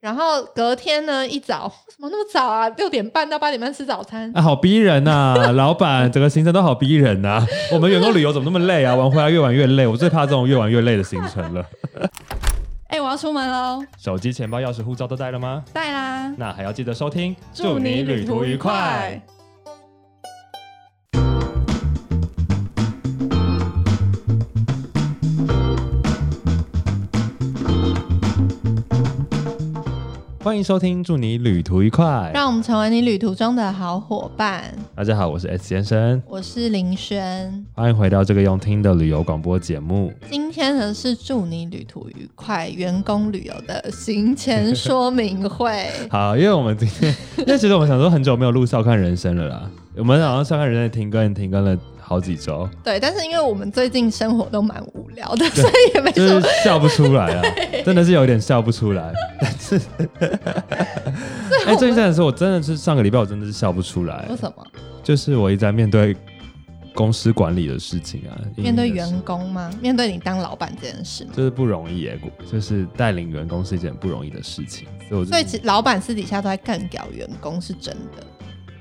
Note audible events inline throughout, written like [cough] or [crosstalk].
然后隔天呢一早，为什么那么早啊？六点半到八点半吃早餐， [laughs] 啊，好逼人呐、老板，整个行程都好逼人呐、我们员工旅游怎么那么累啊？玩回来越玩越累，我最怕这种越玩越累的行程了。哎、我要出门喽，手机、钱包、钥匙、护照都带了吗？带啦！那还要记得收听，祝你旅途愉快。欢迎收听，祝你旅途愉快。让我们成为你旅途中的好伙伴。大家好，我是 S 先生，我是林轩，欢迎回到这个用听的旅游广播节目。今天呢是祝你旅途愉快员工旅游的行前说明会。好，因为我们今天，因为其实我们想说很久没有录《笑看人生》了啦，我们好像《笑看人生》停更停更了好几周，对，但是因为我们最近生活都蛮无聊的，所以也没就什是么。笑不出来啊，真的是有点笑不出来。但 [laughs] 是，哎、最近真的是，我真的是上个礼拜我真的是笑不出来为，什么？就是我一直在面对公司管理的事情啊，面对营运的事员工吗？面对你当老板这件事吗？就是不容易耶，就是带领员工是一件不容易的事情，所以我就所以其老板私底下都在干掉员工是真的。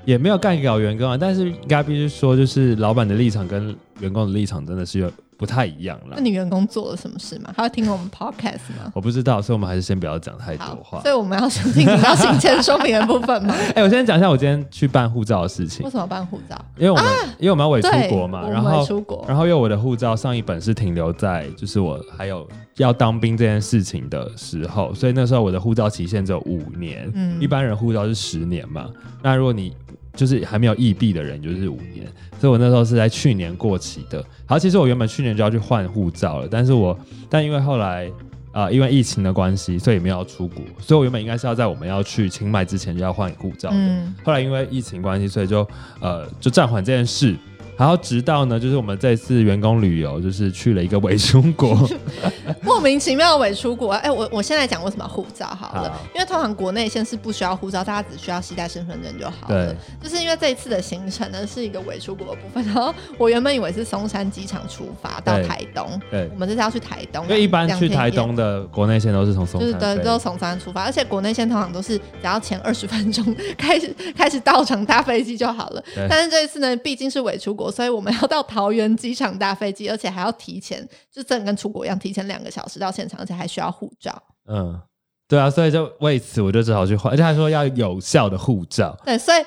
也没有干搞员工啊，但是应该必须说，就是老板的立场跟员工的立场真的是有不太一样啦那。你员工做了什么事吗？他会听我们 podcast 吗？我不知道，所以我们还是先不要讲太多好，话所。以我们要先进行到行前说明的部分 [laughs] 吗？哎、我先讲一下我今天去办护照的事情为，什么办护照？因为我们、因为我们要伪出啊对，国嘛，我然们后出国然后因为我的护照上一本是停留在就是我还有要当兵这件事情的时候，所以那时候我的护照期限只有五年，嗯一般人护照是十年嘛。那如果你就是还没有异地的人，就是五年，所以我那时候是在去年过期的。好，其实我原本去年就要去换护照了，但是我但因为后来。啊、因为疫情的关系，所以没有要出国，所以我原本应该是要在我们要去清迈之前就要换护照的。嗯，后来因为疫情关系，所以就呃就暂缓这件事。然后直到呢，就是我们这次员工旅游，就是去了一个伪中 [laughs] 国，莫名其妙伪出国。哎、我我先来讲为什么要护照好了，好因为通常国内线是不需要护照，大家只需要携带身份证就好了就对。是因为这一次的行程呢是一个伪出国的部分，然后我原本以为是松山机场出发到对台东，对我，们这次要去台东，因为一般两去天一台夜东的国内线都是从松就是山对，飞都是从山出发，而且国内线通常都是只要前二十分钟 [laughs] 开始开始到场搭飞机就好了对。但是这一次呢，毕竟是伪出国，所以我们要到桃园机场搭飞机，而且还要提前，就真的跟出国一样，提前两个小时到现场，而且还需要护照。嗯，对啊，所以就为此我就只好去换，而且他说要有效的护照，对，所以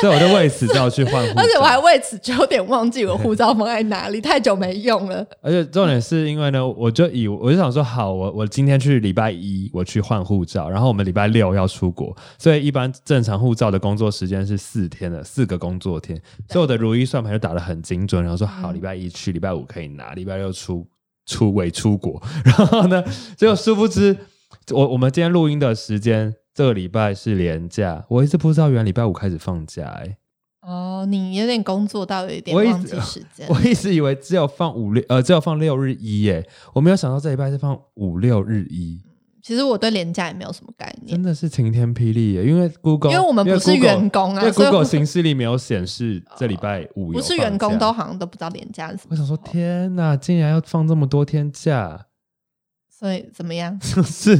所以我就为此只好去换护照。 [laughs] 而且我还为此就有点忘记我护照放在哪里，太久没用了。而且重点是因为呢，我就以我就想说，好，我我今天去礼拜一我去换护照，然后我们礼拜六要出国，所以一般正常护照的工作时间是四天的，四个工作天，所以我的如意算盘就打得很精准，然后说好，嗯礼拜一去，礼拜五可以拿，礼拜六出出尾出国， [laughs] 然后呢，结果殊不知，我我们今天录音的时间。这个礼拜是连假，我一直不知道原来礼拜五开始放假、欸， [laughs] 哦，你有点工作到有一点我一直忘记时间，我一直以为只有放五六呃，只有放六日一耶，我没有想到这礼拜是放五六日一，其实我对廉价也没有什么概念真。的是晴天霹雳耶！因为嗯 Google，因为我们不是 Google- 员工啊因为所以我哦 Google 形式里没有显示这礼拜五有不是员工放假都。好像都不知道廉价是什么我时想候，说，天哪，竟然要放这么多天假，所以怎么样？ [laughs] 就是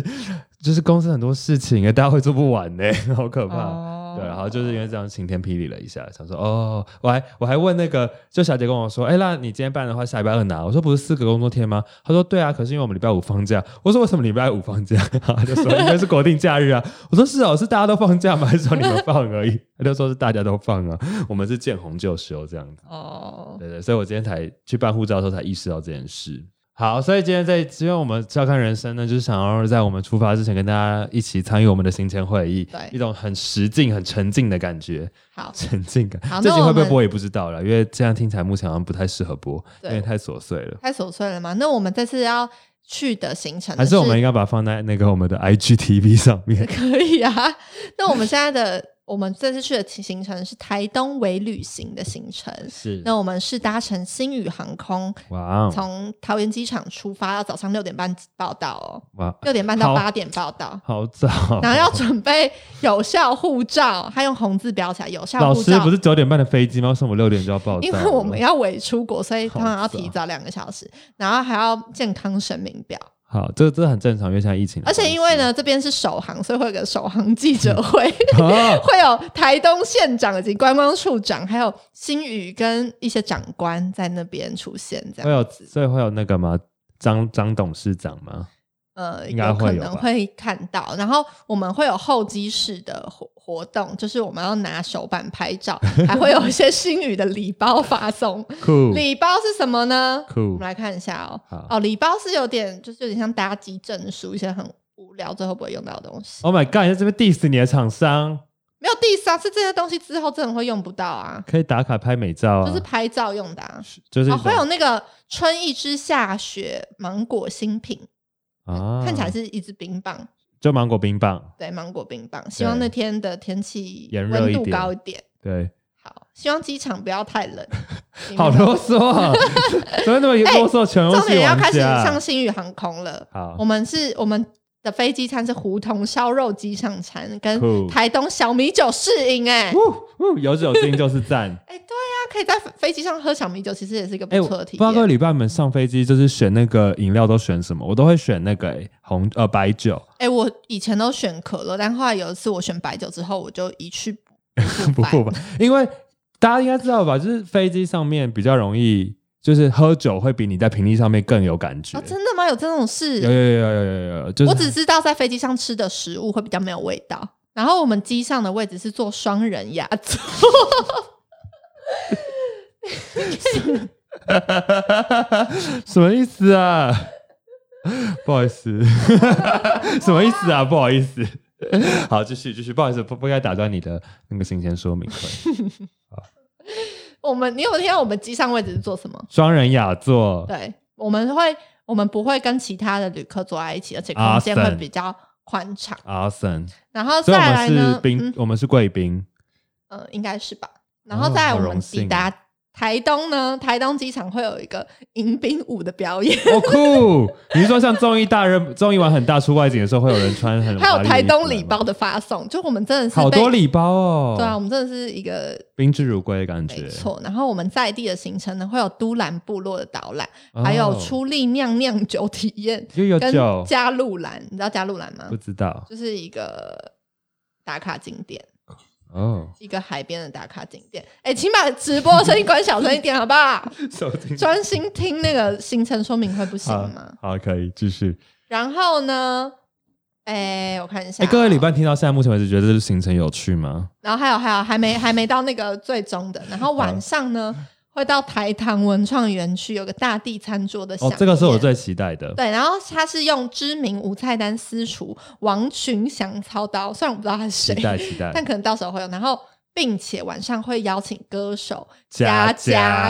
就是公司很多事情耶，大家会做不完呢， [laughs] 好可怕。哦对，然后就是因为这样晴天霹雳了一下，想说哦，我还我还问那个就小姐跟我说，哎，那你今天办的话，下礼拜二拿？我说不是四个工作天吗？她说对啊，可是因为我们礼拜五放假。我说为什么礼拜五放假？ [laughs] 她就说因为是国定假日啊。我说是哦，是大家都放假吗？还是说你们放而已？她就说是大家都放啊，我们是见红就收这样子。哦，对对，所以我今天才去办护照的时候才意识到这件事。好，所以今天在因为我们照看人生呢，就是想要在我们出发之前跟大家一起参与我们的行前会议，对一种很实境、很沉浸的感觉，好，沉浸感好。这集那我会不会们播也不知道了，因为这样听起来目前好像不太适合播，对有点太琐碎了。太琐碎了吗？那我们这次要去的行程呢。还是我们应该把它放在那个我们的 IGTV [laughs] 上面 [laughs] 可以啊？ [laughs] 那我们现在的我们这次去的行程是台东为旅行的行程。是那我们是搭乘星宇航空，哇哦从桃园机场出发，要早上六点半报到哦，哇，六点半到好八点报到，好早。哦然后要准备有效护照，还用红字标起来有效老护师照不。是九点半的飞机吗？为什么我六点就要报到了？因为我们要伪出国，所以好啊通常要早提早两个小时，然后还要健康声明表。好，这这很正常，因为现在疫情的而关系，且因为呢，这边是首航，所以会有个首航记者会，嗯啊， [laughs] 会有台东县长以及观光处长，还有新宇跟一些长官在那边出现，这会样有子，所以会有那个吗？张张董事长吗？呃，应该会可有能吧会看到。然后我们会有候机室的活活动，就是我们要拿手板拍照，还会有一些新宇的礼包发送。 [laughs] 酷礼包是什么呢？我酷们，来看一下哦。好哦，礼包是有点，就是有点像搭机证书，一些很无聊最后不会用到的东西。 ，Oh my god！你在这边 diss 你的厂商，没有第三是这些东西之后真的会用不到啊，可以打卡拍美照啊，就是拍照用的啊。就是一哦，种会有那个春一枝下雪芒果新品，啊看起来是一支冰棒，就芒果冰棒，对，芒果冰棒。希望那天的天气炎热温一度点高一点。对，好，希望机场不要太 [laughs] 冷。你们好啰嗦啊， [laughs] 怎么那么啰嗦？[laughs] 全哎重东西点要玩开始上家，新宇航空了。我好，们是我们的飞机餐是胡同烧肉机上餐，跟酷台东小米酒试饮、哎、。呜呜，有酒精就是赞哎，对呀、可以在飞机上喝小米酒，其实也是 [laughs] 一个不哎，我错不的体知验。道各位旅伴们上飞机就是选那个饮料都选什么，我都会选那个哎红呃白酒，哎、我以前都选可乐，但后来有一次我选白酒之后，我就一 [laughs] 去不不复酷吧？因为大家应该知道吧，就是飞机上面比较容易，就是喝酒会比你在平地上面更有感觉。啊，真的吗？有这种事？有有有有有有有，就是我只知道在飞机上吃的食物会比较没有味道。然后我们机上的位置是坐双人雅座， [laughs] 什么意思啊？不好意思，什么意思啊？不好意思，好，继续继续，不好意思，不不该打断你的那个行前说明会。我们你有听到我们机上位置是坐什么？双人雅座，对，我们会我们不会跟其他的旅客坐在一起，而且空间会 Awesome 比较宽敞。 awesome，然后啊所以我再来们呢是？宾，嗯我们是贵宾，呃，应该是吧。然哦后再来好我荣们抵幸哦达台东呢，台东机场会有一个迎宾舞的表演，哦酷！你是说像综艺大人综艺玩很大出外景的时候，会有人穿很还华有丽的台衣服东来礼吗包的发送，就我们真的是好被多礼包哦，对啊，我，们真的是一个宾至如归的感觉，没错。然后我们在地的行程呢，会有都兰部落的导览，哦，还有出力酿酿酒体验，又有跟酒，加路兰，你知道加路兰吗不？知道就是一个打卡景点，哦，一个海边的打卡景点。哎，请把直播的声音关小声一点，好不 [laughs] 好？手机专心听那个行程说明会不行吗？好，可以继续。然后呢？哎，我看一下、哎、各位旅，伴听到现在目前为止，觉得这行程有趣吗？然后还有还有还没还没到那个最终的，然后晚上呢会到台糖文创园区有个大地餐桌的享哦宴、，这个是我最期待的。对，然后他是用知名无菜单私厨王群祥操刀，虽然我不知道他是期谁，待期待 [laughs] 但，可能到时候会有。然后并且晚上会邀请歌手佳佳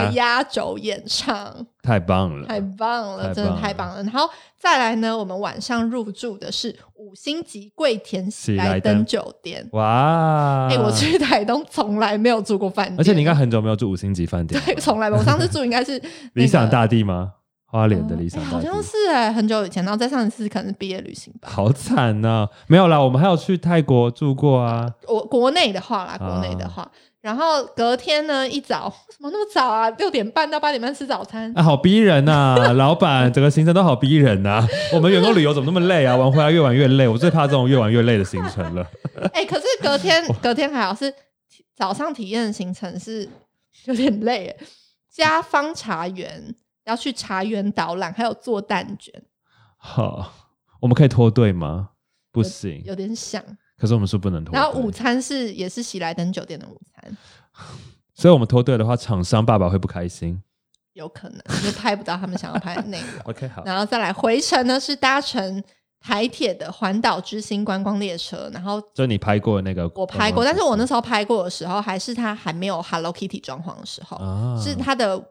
佳压轴演唱，太棒了！太棒了，太真的棒太了棒了。然后再来呢，我们晚上入住的是五星级桂田喜喜来来登登酒店。哇！哎、我去台东从来没有住过饭店，嗯而且你应该很久没有住五星级饭店了吧， [laughs] 对从来没有。我上次住应该是那 [laughs] 理想个大地吗？花莲的嗯理想哎大好地，像是哎、很久以前，然后再上一次可能是毕业旅行吧。好惨呐、没有啦，我们还有去泰国住过啊。我国内的话啦，国内的话，然后隔天呢一早，为什么那么早啊？六点半到八点半吃早餐，啊，好逼 [laughs] 人呐、老板，整个行程都好逼人呐、我们员工旅游怎么那么累啊？玩回来越玩越累，我最怕这种越玩越累的行程了。哎、可是隔 [laughs] 天隔天还好是体早上体验的行程是有点累耶，加方茶园要去茶园导览，还有做蛋卷，好，我们可以脱队吗？不行，有点想。可是我们说不能脱队。然后午餐是也是喜来登酒店的午餐，所以我们脱队的话，厂商爸爸会不开心。。有可能就拍不到他们想要拍的内容 OK，[laughs] 好，然后再来回程呢是搭乘台铁的环岛之星观光列车，然后就你拍过的那个，我拍过，但是我那时候拍过的时候，还是它还没有 Hello Kitty 装潢的时候，啊是它的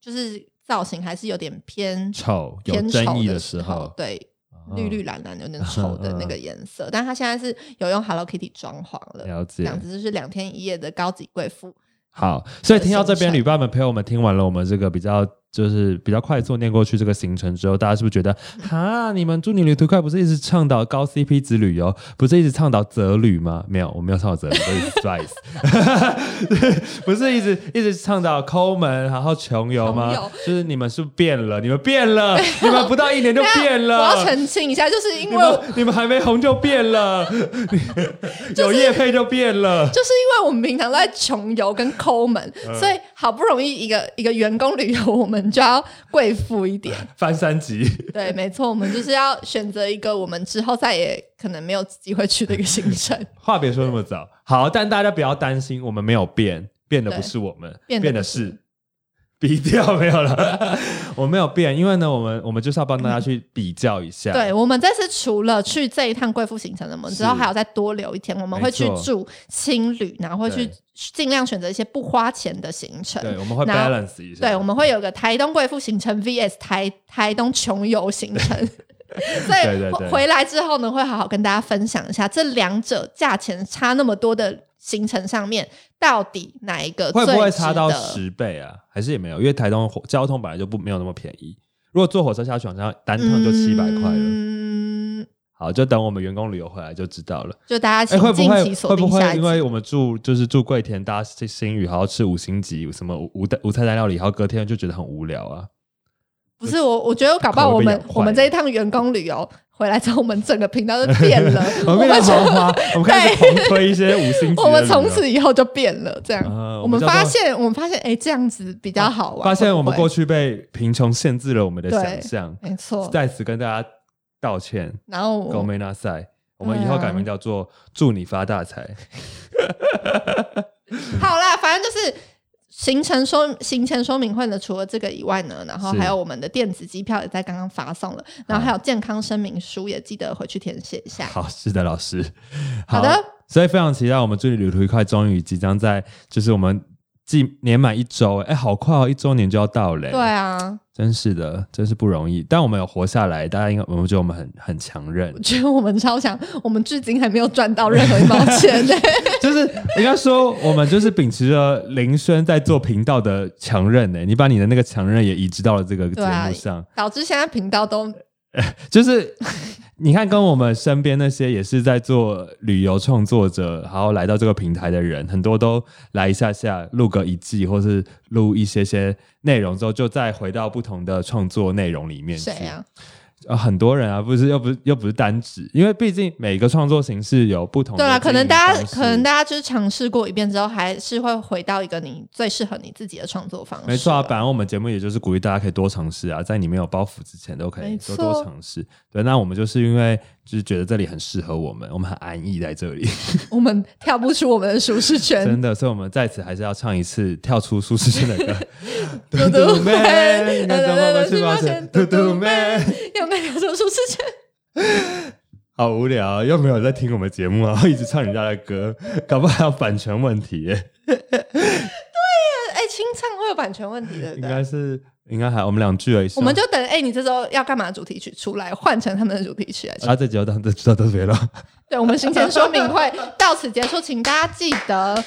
就是造型还是有点偏丑有偏丑争议的时候，候，嗯对，哦绿绿蓝蓝有点丑的那个颜色，但它现在是有用 Hello Kitty 装潢了，哦这了解样。子就是两天一夜的高级贵妇，好，所以听到这行边，程旅伴们陪我们听完了我们这个比较就是比较快速念过去这个行程之后，大家是不是觉得哈，你们祝你旅途快不是一直倡导高 CP 值旅游，不是一直倡导择旅吗？没有，我没有倡导择旅，我只 twice，不 [laughs] 是一直一直倡导抠门，然后穷游穷吗游？就是你们是不是变了，你们变了， [laughs] 你们不到一年就变我要了。澄清一下，就是因你为们你们还没红就变了， [laughs] 有业配就变了。就是因为我们平常都在穷游跟抠门，嗯所以好不容易一个一个员工旅游，我们就要贵妇一 [laughs] 点。翻三级，对，没错，我们就是要选择一个我们之后再也可能没有机会去的一个行 [laughs] 程。话别说那么早。好，但大家不要担心，我们没有变，变的对不是我们，变变得的是。 [laughs] 比较没有了， [laughs] 我没有变，因为呢，我们我们就是要帮大家去比较一下。对，我们这次除了去这一趟贵妇行程了，我们之后是还要再多留一天，我们没会去错住青旅，然后会去对尽量选择一些不花钱的行程。对，我们会然后 balance 一下。对，我们会有个台东贵妇行程 VS 台台东穷游行 [laughs] 程，所对以对回对回来之后呢，会好好跟大家分享一下这两者价钱差那么多的行程上面，到底哪一个会不最会值差到得？十倍啊？还是也没有？因为台东火交通本来就不没有那么便宜。如果坐火车下去，好像单趟就七百块了。嗯，好，就等我们员工旅游回来就知道了。就大家哎，会请不近会期锁会定不下会一因集。为我们住就是住桂田，大家吃新宇，还要吃五星级什么无无菜单料理，然后隔天就觉得很无聊啊？不是我，我觉得搞不好口我味被们养坏，我们这一趟员工旅游回来之后，我们整个频道都变了 [laughs] 我们变们成就豪华， [laughs] 我们开始狂推一些五 [laughs] 星级的旅游。我们从此以后就变了，这样。啊我们叫做发现，我们发现，哎、这样子比较好玩。发现我会不们会过去被贫穷限制了我们的对想象，没错，在此跟大家道歉。然后狗我妹那赛，我们以后改名叫做“祝你发大财嗯好啦，反正就是行程说行前说明会呢，除了这个以外呢，然后是还有我们的电子机票也在刚刚发送了，然后还有健康声明书也记得回去填写一”。下。好，是的，老师。好的，所以非常期待我们祝你旅途愉快，终于即将在就是我们近年满一周，哎，好快哦，一周年就要到嘞。对，啊，真是的，真是不容易。但我们有活下来，大家应该我们觉得我们很很强韧我，觉得我们超想，我们至今还没有赚到任何一毛 [laughs] 钱呢、就是应该说我们就是秉持着林轩在做频道的强韧呢。你把你的那个强韧也移植到了这个节对啊目上。导致现在频道都就是你看，跟我们身边那些也是在做旅游创作者，然后来到这个平台的人，很多都来一下下录个一季，或是录一些些内容之后，就再回到不同的创作内容里面去。谁啊？呃很多人啊，不是又不是又不是单指，因为毕竟每个创作形式哦有不同的对经营啊，方可能大家式。可能大家就是尝试过一遍之后，还是会回到一个你最适合你自己的创作方式。没错啊，本来我们节目也就是鼓励大家可以多尝试啊，在你没有包袱之前都可以没多错多尝试。对，那我们就是因为就是觉得这里很适合我们，我们很安逸 [laughs] 在这里。我们跳不出我们的舒适圈。真的，所以我们在此还是要唱一次跳出舒适圈的歌。嘟 [laughs] 嘟妹，妹你看怎么去冒险？嘟嘟妹，有没有说出事情？好无聊，啊又没有在听我们节目啊， [laughs] 一直唱人家的歌，搞不好还有版权问题耶。哎、清唱会有版权问题的，对应不对？该是，啊应该还我们两句而已。我们就等哎、你这周要干嘛？主题曲出来，换成他们的主题曲来唱。啊，这集就到这到这边了。对，我们行前说明会到此结束，请大家记得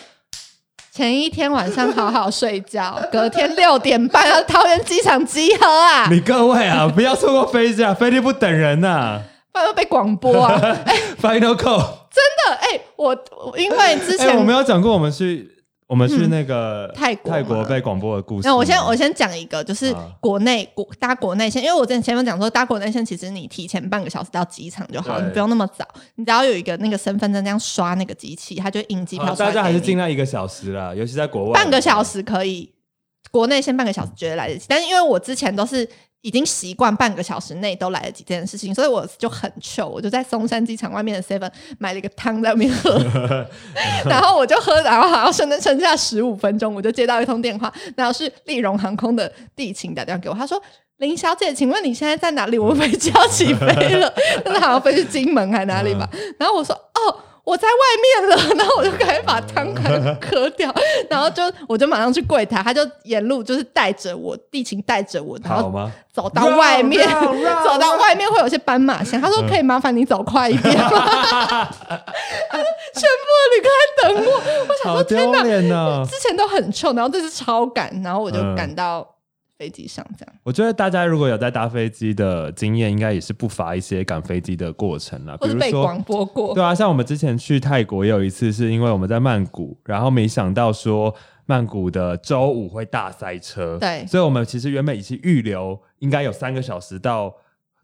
前一天晚上好好睡觉，隔天六点半要桃园机场集合啊，你各位啊，不要错过飞机啊，飞机不等人呐、不然会被广播 [laughs] 啊。真 Final call。的哎、我我因为之哎、前、嗯我们有讲过我们去我们去那个、泰国泰国吗被广播的故事吗。那我先我先讲一个，就是啊国内国搭国内线，因为我之前前面讲说搭国内线，其实你提前半个小时到机场就好，对你不用那么早，你只要有一个那个身份证这样刷那个机器，它就会印机票好刷啊大给家还是尽你。量一个小时啦，尤其在国外，半个小时可以，国内线半个小时绝对来得及，但是因为我之前都是。已经习惯半个小时内都来得及这件事情，所以我就很糗，我就在松山机场外面的 Seven 买了一个汤在外面喝， [laughs] 然后我就喝，然后好像剩剩下十五分钟，我就接到一通电话，然后是丽荣航空的地勤打电话给我，他说：“林小姐，请问你现在在哪里？我飞机要起飞 [laughs] 了， [laughs] 但是好像飞去金门还哪里吧？”嗯然后我说：“哦。”我在外面了，然后我就赶紧把汤赶喝掉，然后就我就马上去柜台，他就沿路就是带着我，地勤带着我，然好后吗？走到外面，绕绕嗯 [laughs] 绕走到外面会有一些斑马线。他说：“可以麻烦你走快一点吗？” [laughs] 全部的旅客在等 [laughs] 我，我想好说：“天丢哪！”脸呐！啊之前都很臭，然后这次超赶，然后我就嗯赶到飞机上这样，我觉得大家如果有在搭飞机的经验，应该也是不乏一些赶飞机的过程啦，或比是如被说广播过对。啊，像我们之前去泰国也有一次，是因为我们在曼谷，然后没想到说曼谷的周五会大塞车，对所以我们其实原本已经预留应该有三个小时到。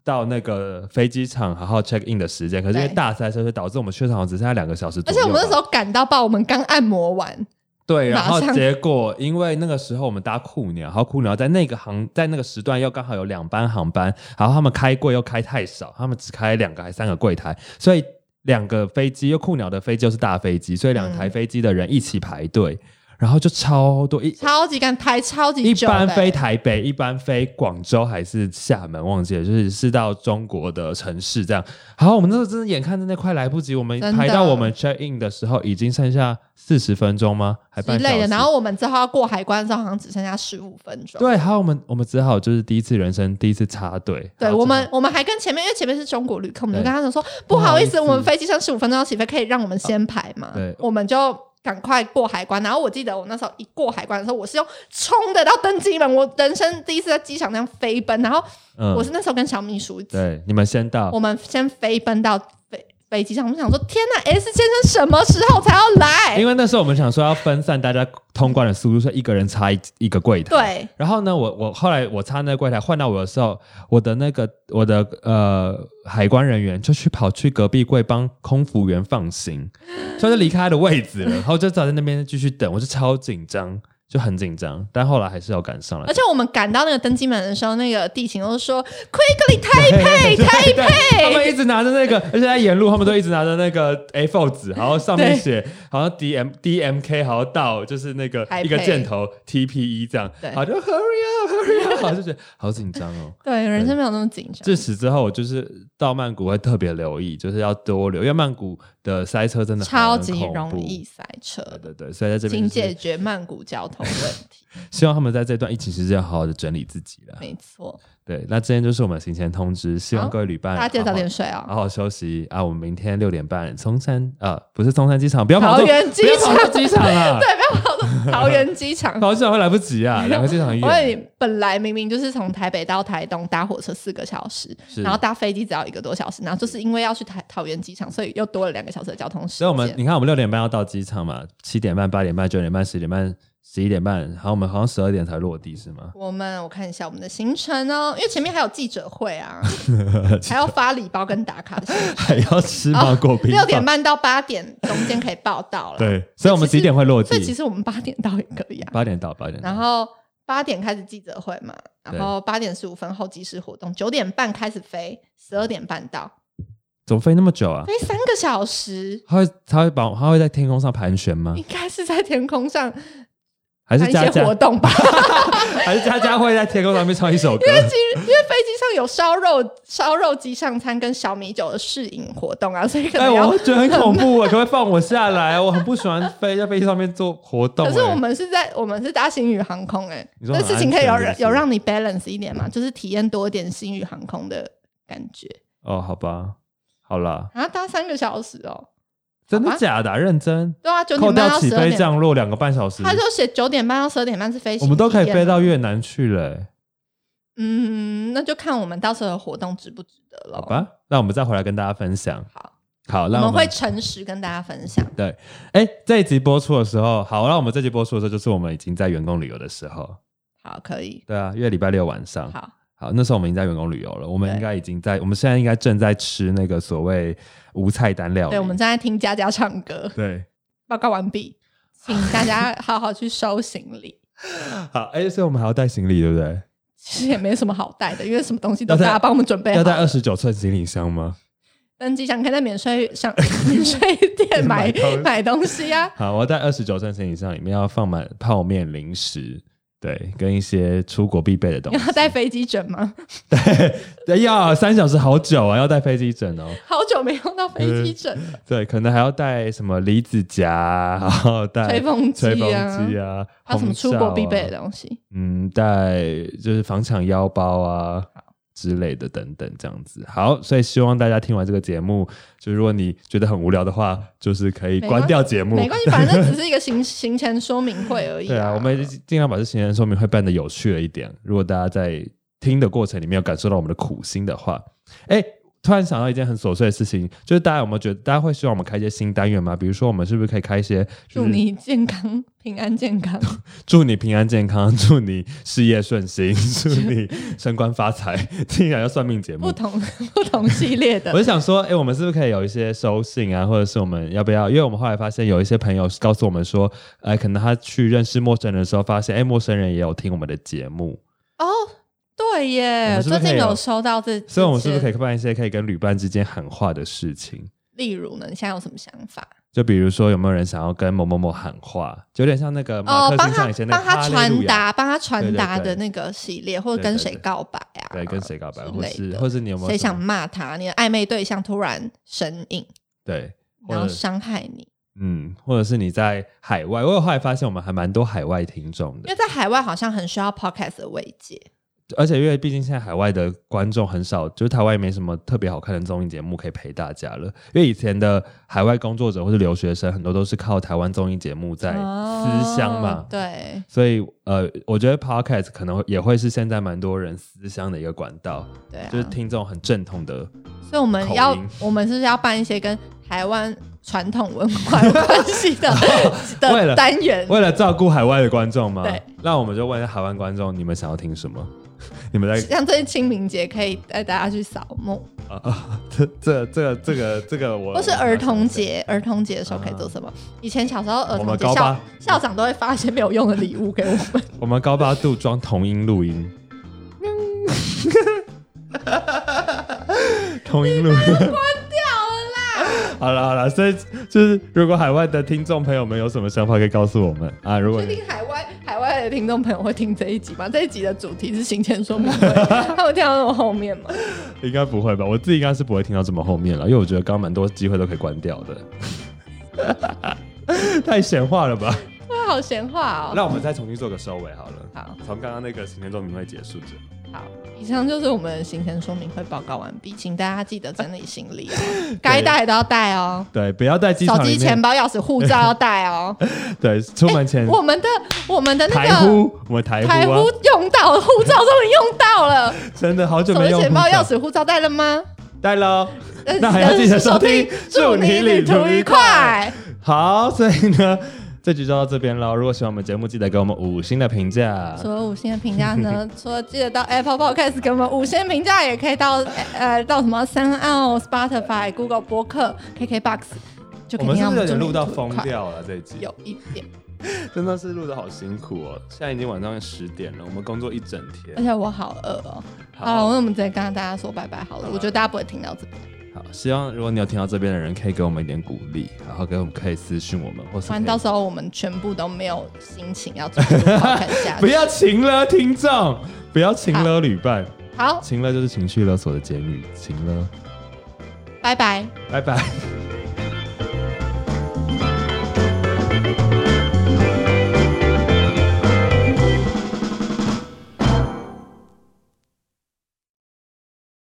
到那个飞机场好好 check in 的时间，可是因为对大塞车，就导致我们缺场只剩下两个小时左而右且吧。我们那时候赶到爆，我们刚按摩完，对，然马后上结果因为那个时候我们搭酷鸟，然后酷鸟在那个航在那个时段又刚好有两班航班，然后他们开柜又开太少，他们只开两个还三个柜台，所以两个飞机又酷鸟的飞机又是大飞机，所以两台嗯飞机的人一起排队，然后就超多一。超级赶，排超级一久的。欸般飞台北，一般飞广州还是厦门，忘记了，就是是到中国的城市这样。然后我们那时候真的眼看真的快来不及，我们真的排到我们 check in 的时候已经剩下四十分钟吗？还之半小类的，时然后我们之后要过海关的时候，好像只剩下十五分钟。对，还啊有我们我们只好就是第一次人生第一次插队，对，然后我只们好我们还跟前面，因为前面是中国旅客，我们就对跟他们说，不不好好意意思思，我们飞机上十五分钟要起飞，可以让我们先排嘛？对我们就赶快过海关。然后我记得我那时候一过海关的时候，我是用冲的到登机门，我人生第一次在机场那样飞奔。然后嗯我是那时候跟小秘书一起，对啊你们先到我，们先飞奔到飞飞机上，我们想说，天呐 s 先生什么时候才要来因？为那时候我们想说要分散大家通关的速度，所以一个人插一一个柜台。。对，然后呢，我我后来我插那个柜台换到我的时候，我的那个我的呃海关人员就去跑去隔壁柜帮空服员放行，所以就离开他的位置了，然后就坐在那边继续等，我就超紧张，就很紧张，但后来还是要赶上了而。且我们赶到那个登机门的时候，那个地勤都说 quickly 台 [laughs] 北，台对，他们一直拿着那个，而且在沿路他们都一直拿着那个 A4 纸，然后上面对写好像 D M D M K，好像到就是那个台一北个箭头 T P E 这样，对好就 Hurry up Hurry up，好就觉得好紧张 [laughs] 哦。对，人生没有那么紧张。自此之后，我就是到曼谷会特别留意，就是要多留意，因为曼谷的塞车真的很超级恐怖容易。塞车对的，对对，所以在这边请就解是决曼谷交通问题。希望他们在这段疫情时间好好的整理自己了。没 [laughs] 错，对，那今天就是我们行前通知，希望好各位旅伴大家记得早哎好好点睡 [laughs] 哦。好好休息啊！我们明天六点半，松山呃，不是松山机场，不要跑桃错园机场不要跑错机场 [laughs] 啊！对，不要跑到桃园机场。跑错机场会来不及 [laughs] 啊，两个机场很因为远。你本来明明就是从台北到台东搭火车四个小时，是然后搭飞机只要一个多小时，然后就是因为要去台桃园机场，所以又多了两个小时的交通时所以我们间。你看，我们六点半要到机场嘛，七点半、八点半、九点半、十点半、十一点半，然后我们好像十二点才落地是 [laughs] 吗？我们我看一下我们的行程哦，因为前面还有记者会 [laughs] 啊，还要发礼包跟打卡的行程。还要吃芒果冰棒？哦六点半到八点中间可以报到了。对，所以我们其实几点会落所以其地？实我们八点到也可以啊。八点到，八点到。然后八点开始记者会嘛，然后八点十五分后即时活动，九点半开始飞，十二点半到，怎么飞那么久啊？飞三个小时，他会他会把他会在天空上盘旋吗应？该是在天空上还是办一佳些佳活动吧？ [laughs] 还是佳佳会在天空上面唱一首歌？因为因为飞机上有烧肉烧肉机上餐跟小米酒的试饮活动啊，所以可哎，能要。我觉得很恐怖 [laughs] 啊！可不可以放我下来？我很不喜欢飞在飞机上面做活动、 [laughs] 可哎是我们是在我们是搭星宇航空哎、你说这很事情可以有安全是不是有让你 balance 一点嘛，就是体验多一点星宇航空的感觉。哦，好吧，好啦，啊，搭三个小时哦，真的好吧假的啊、认真，对啊，九扣点半掉到起十二飞点，降落两个半小时，他就写九点半到十二点半是飞行，我们都可以飞到。越南去了、哎嗯，那就看我们到时候的活动值不值得了。好，吧？那我们再回来跟大家分享。哦好，好，我那们我会们诚实跟大家分享。对，哎，这一集播出的时候，好，那我们这集播出的时候，就是我们已经在员工旅游的时候，好，可以，对啊，因为礼拜六晚上，好，好，那时候我们已经在员工旅游了，我们对应该已经在，我们现在应该正在吃那个所谓无菜单料理，对，我们正在听佳佳唱歌，对。报告完 [laughs] 毕，请大家好好去收行李。好，哎、所以我们还要带行李，对不对？其实也没什么好带的，因为什么东西都要带大家帮我们准备要好带二了。十九寸行李箱吗？登机箱可以在免税上 [laughs] 免税 [laughs] 店买买东西买东西啊。好，我要带二十九寸行李箱，里面要放满泡面、零食，对，跟一些出国必备的东你 [laughs] 西。要带飞机枕吗？哎呀，三小时好久啊，要带飞机枕哦。好久没用到飞机枕了。对，可能还要带什么离子夹，然后带吹风机啊哎吹风机啊，还有什么红出罩国啊必备的？东西？嗯，带就是防抢腰包啊，之类的等等这样子。好，所以希望大家听完这个节目，就如果你觉得很无聊的话，就是可以没关关掉节目没。关系，反正只是一个行 [laughs] 行前说明会而已、对啊，我们尽量把这行人说明会办的有趣了一点。如果大家在听的过程里面有感受到我们的苦心的话，哎，突然想到一件很琐碎的事情，就是大家有没有觉得大家会希望我们开一些新单元吗？比如说，我们是不是可以开一些祝就是你健康、平安、健康。嗯祝你平安健康，祝你事业顺心， [laughs] 祝你升官发财， [laughs] 竟然要算命节目不。同 [laughs] 不同系列我的就想说，哎、我们是不是可以有一些收信啊，或者是我们要不要？因为我们后来发现有一些朋友告诉我们说，哎、可能他去认识陌生人的时候，发现哎、陌生人也有听我们的节目，哦，对我耶，们是最不是可近以有有收到这，所以我们是不是可以以？办一些可以跟旅伴之间喊话的事情？例如呢，你现在有什么想法？就比如说，有没有人想要跟某某某喊话？就有点像那个马哦克，帮信他上以前那帮个他哈利路传亚，达，帮他传达对对的对那个系列，或者对对跟对谁告白啊？对，跟谁告白，之或类是的或是你有没有谁什么想骂他？你的暧昧对象突然神隐，对，或然后者伤害你，嗯，或者是你在海外，我有后来发现我们还蛮多海外听众因的为，在海外好像很需要 podcast 的慰藉。而且因为毕竟现在海外的观众很少，就是台湾也没什么特别好看的综艺节目可以陪大家了。因为以前的海外工作者或是留学生，很多都是靠台湾综艺节目在思乡嘛哦，对，所以呃，我觉得 podcast 可能也会是现在蛮多人思乡的一个管道，对啊，就是听这种很正统的所以我们口要音，我们是不是要办一些跟台湾传统文化有关系 [laughs] 的为的哦了单元？为了照顾海外的观众吗？对，那我们就问海湾观众，你们想要听什么？ [laughs] 你们在像最近清明节可以带大家去扫墓，啊啊，这这这这个这个我，或是儿童，节，儿童节的时候可以做什么？以前小时候儿嗯我童们节高八校校长都会发一些没有用的礼物 [laughs] 给我们，我们高八度装同音录音，嗯 [laughs] 同音录音。好了好了，所以就是如果海外的听众朋友们有什么想法，可以告诉我们啊。如果确你定海外海外的听众朋友会听这一集吗？这一集的主题是行前说明会， [laughs] 他们听到那么后面吗？应该不会吧，我自己应该是不会听到这么后面了，因为我觉得刚刚蛮多机会都可以关掉的， [laughs] 太闲话了吧？哇，好闲话哦。 [laughs] 那我们再重新做个收尾好了。好从刚刚那个行天座明会结束之后。好，以上就是我们的行前说明会报告完毕，请大家记得整理行李 [laughs] 哦，该带的都要带哦。对，不要在机手场机、里钱面。包、钥匙、护照要带哦。 [laughs] 对，出门前、哎我们的我们的那台个呼，我们台台呼啊呼，用到了，护照终于用到 [laughs] 了。真的好久手没机、用钱包、护照钥匙、护照带了吗？带喽。呃那还要记得收听祝你旅途愉快。好， [laughs] 所以呢，这局就到这边喽。如果喜欢我们节目，记得给我们五星的评价。除了五星的评价 [laughs] 呢，除了记得到 Apple Podcast 给我们五星评价，也可以到呃到什么三奥、Spotify、Google 播客、KKBox，就可我以听到我们是不是有们点祝你录到旅途愉疯快，掉了？这一集有一点。真的是录的好辛苦哦。现在已经晚上十点了，我们工作一整天而。且我好饿哦。好哎好了，那我们直接跟大家说拜拜好了。好我觉得大家不会听到这边，好，希望如果你有听到这边的人，可以给我们一点鼓励，然后给我们可以私信我们，或是不可然以到时候我们全部都没有心情要做 [laughs] podcast 下不去。要情了听众，不要情了旅伴，好，情了就是情绪勒索的监狱，情了，拜拜。拜拜。